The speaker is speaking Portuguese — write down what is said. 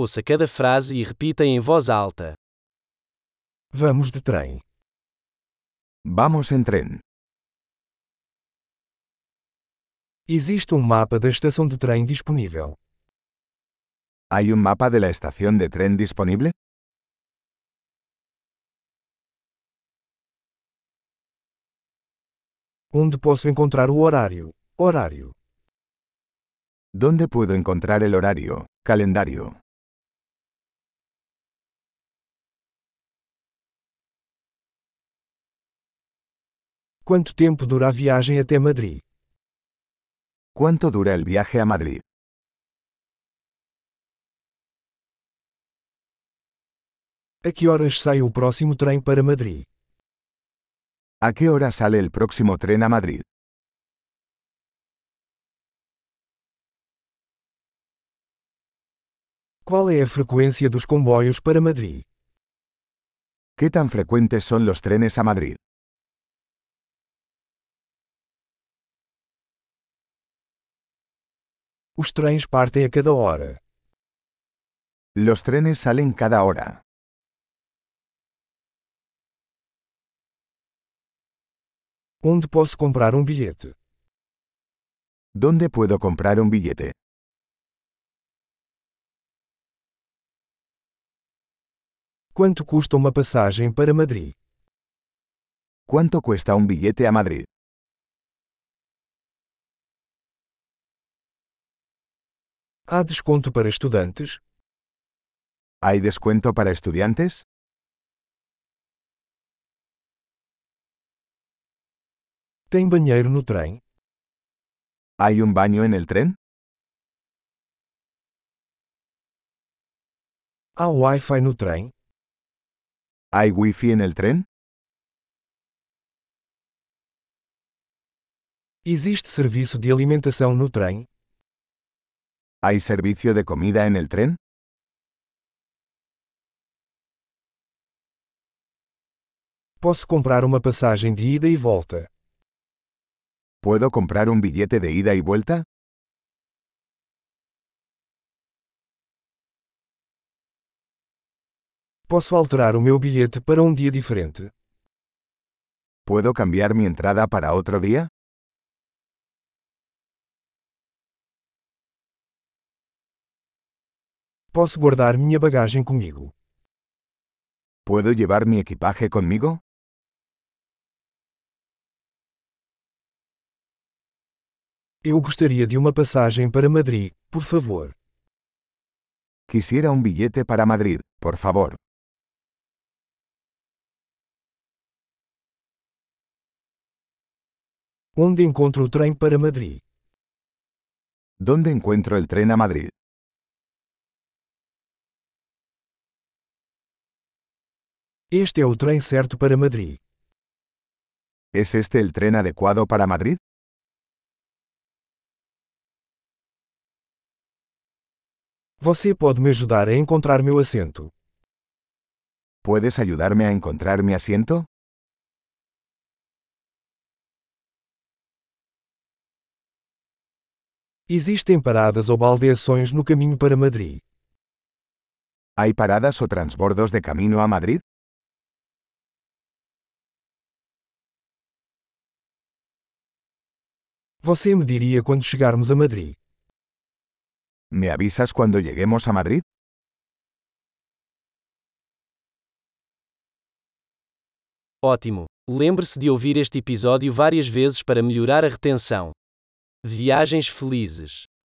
Ouça cada frase e repita em voz alta. Vamos de trem. Vamos en tren. Existe um mapa da estação de trem disponível. ¿Hay un mapa de la estación de tren disponible? Onde posso encontrar o horário? Horário. ¿Dónde puedo encontrar el horario, calendario? Quanto tempo dura a viagem até Madrid? ¿Cuánto dura el viaje a Madrid? A que horas sai o próximo trem para Madrid? ¿A qué hora sale el próximo tren a Madrid? Qual é a frequência dos comboios para Madrid? ¿Qué tan frecuentes son los trenes a Madrid? Os trens partem a cada hora. Los trenes salen cada hora. Onde posso comprar um bilhete? ¿Dónde puedo comprar un billete? Quanto custa uma passagem para Madrid? ¿Cuánto cuesta un billete a Madrid? Há desconto para estudantes? ¿Hay descuento para estudiantes? Tem banheiro no trem? ¿Hay un baño en el tren? Há Wi-Fi no trem? ¿Hay wifi en el tren? Existe serviço de alimentação no trem? ¿Hay servicio de comida en el tren? Posso comprar uma passagem de ida e volta? ¿Puedo comprar un billete de ida y vuelta? Posso alterar o meu bilhete para um dia diferente? ¿Puedo cambiar mi entrada para otro día? Posso guardar minha bagagem comigo? ¿Puedo llevar mi equipaje conmigo? Eu gostaria de uma passagem para Madrid, por favor. Quisiera un billete para Madrid, por favor. Onde encontro o trem para Madrid? ¿Dónde encuentro el tren a Madrid? Este é o trem certo para Madrid. ¿Es este el tren adecuado para Madrid? Você pode me ajudar a encontrar meu assento. ¿Puedes ayudarme a encontrar mi asiento? Existem paradas ou baldeações no caminho para Madrid. ¿Hay paradas o transbordos de camino a Madrid? Você me diria quando chegarmos a Madrid. ¿Me avisas cuando lleguemos a Madrid? Ótimo! Lembre-se de ouvir este episódio várias vezes para melhorar a retenção. Viagens felizes!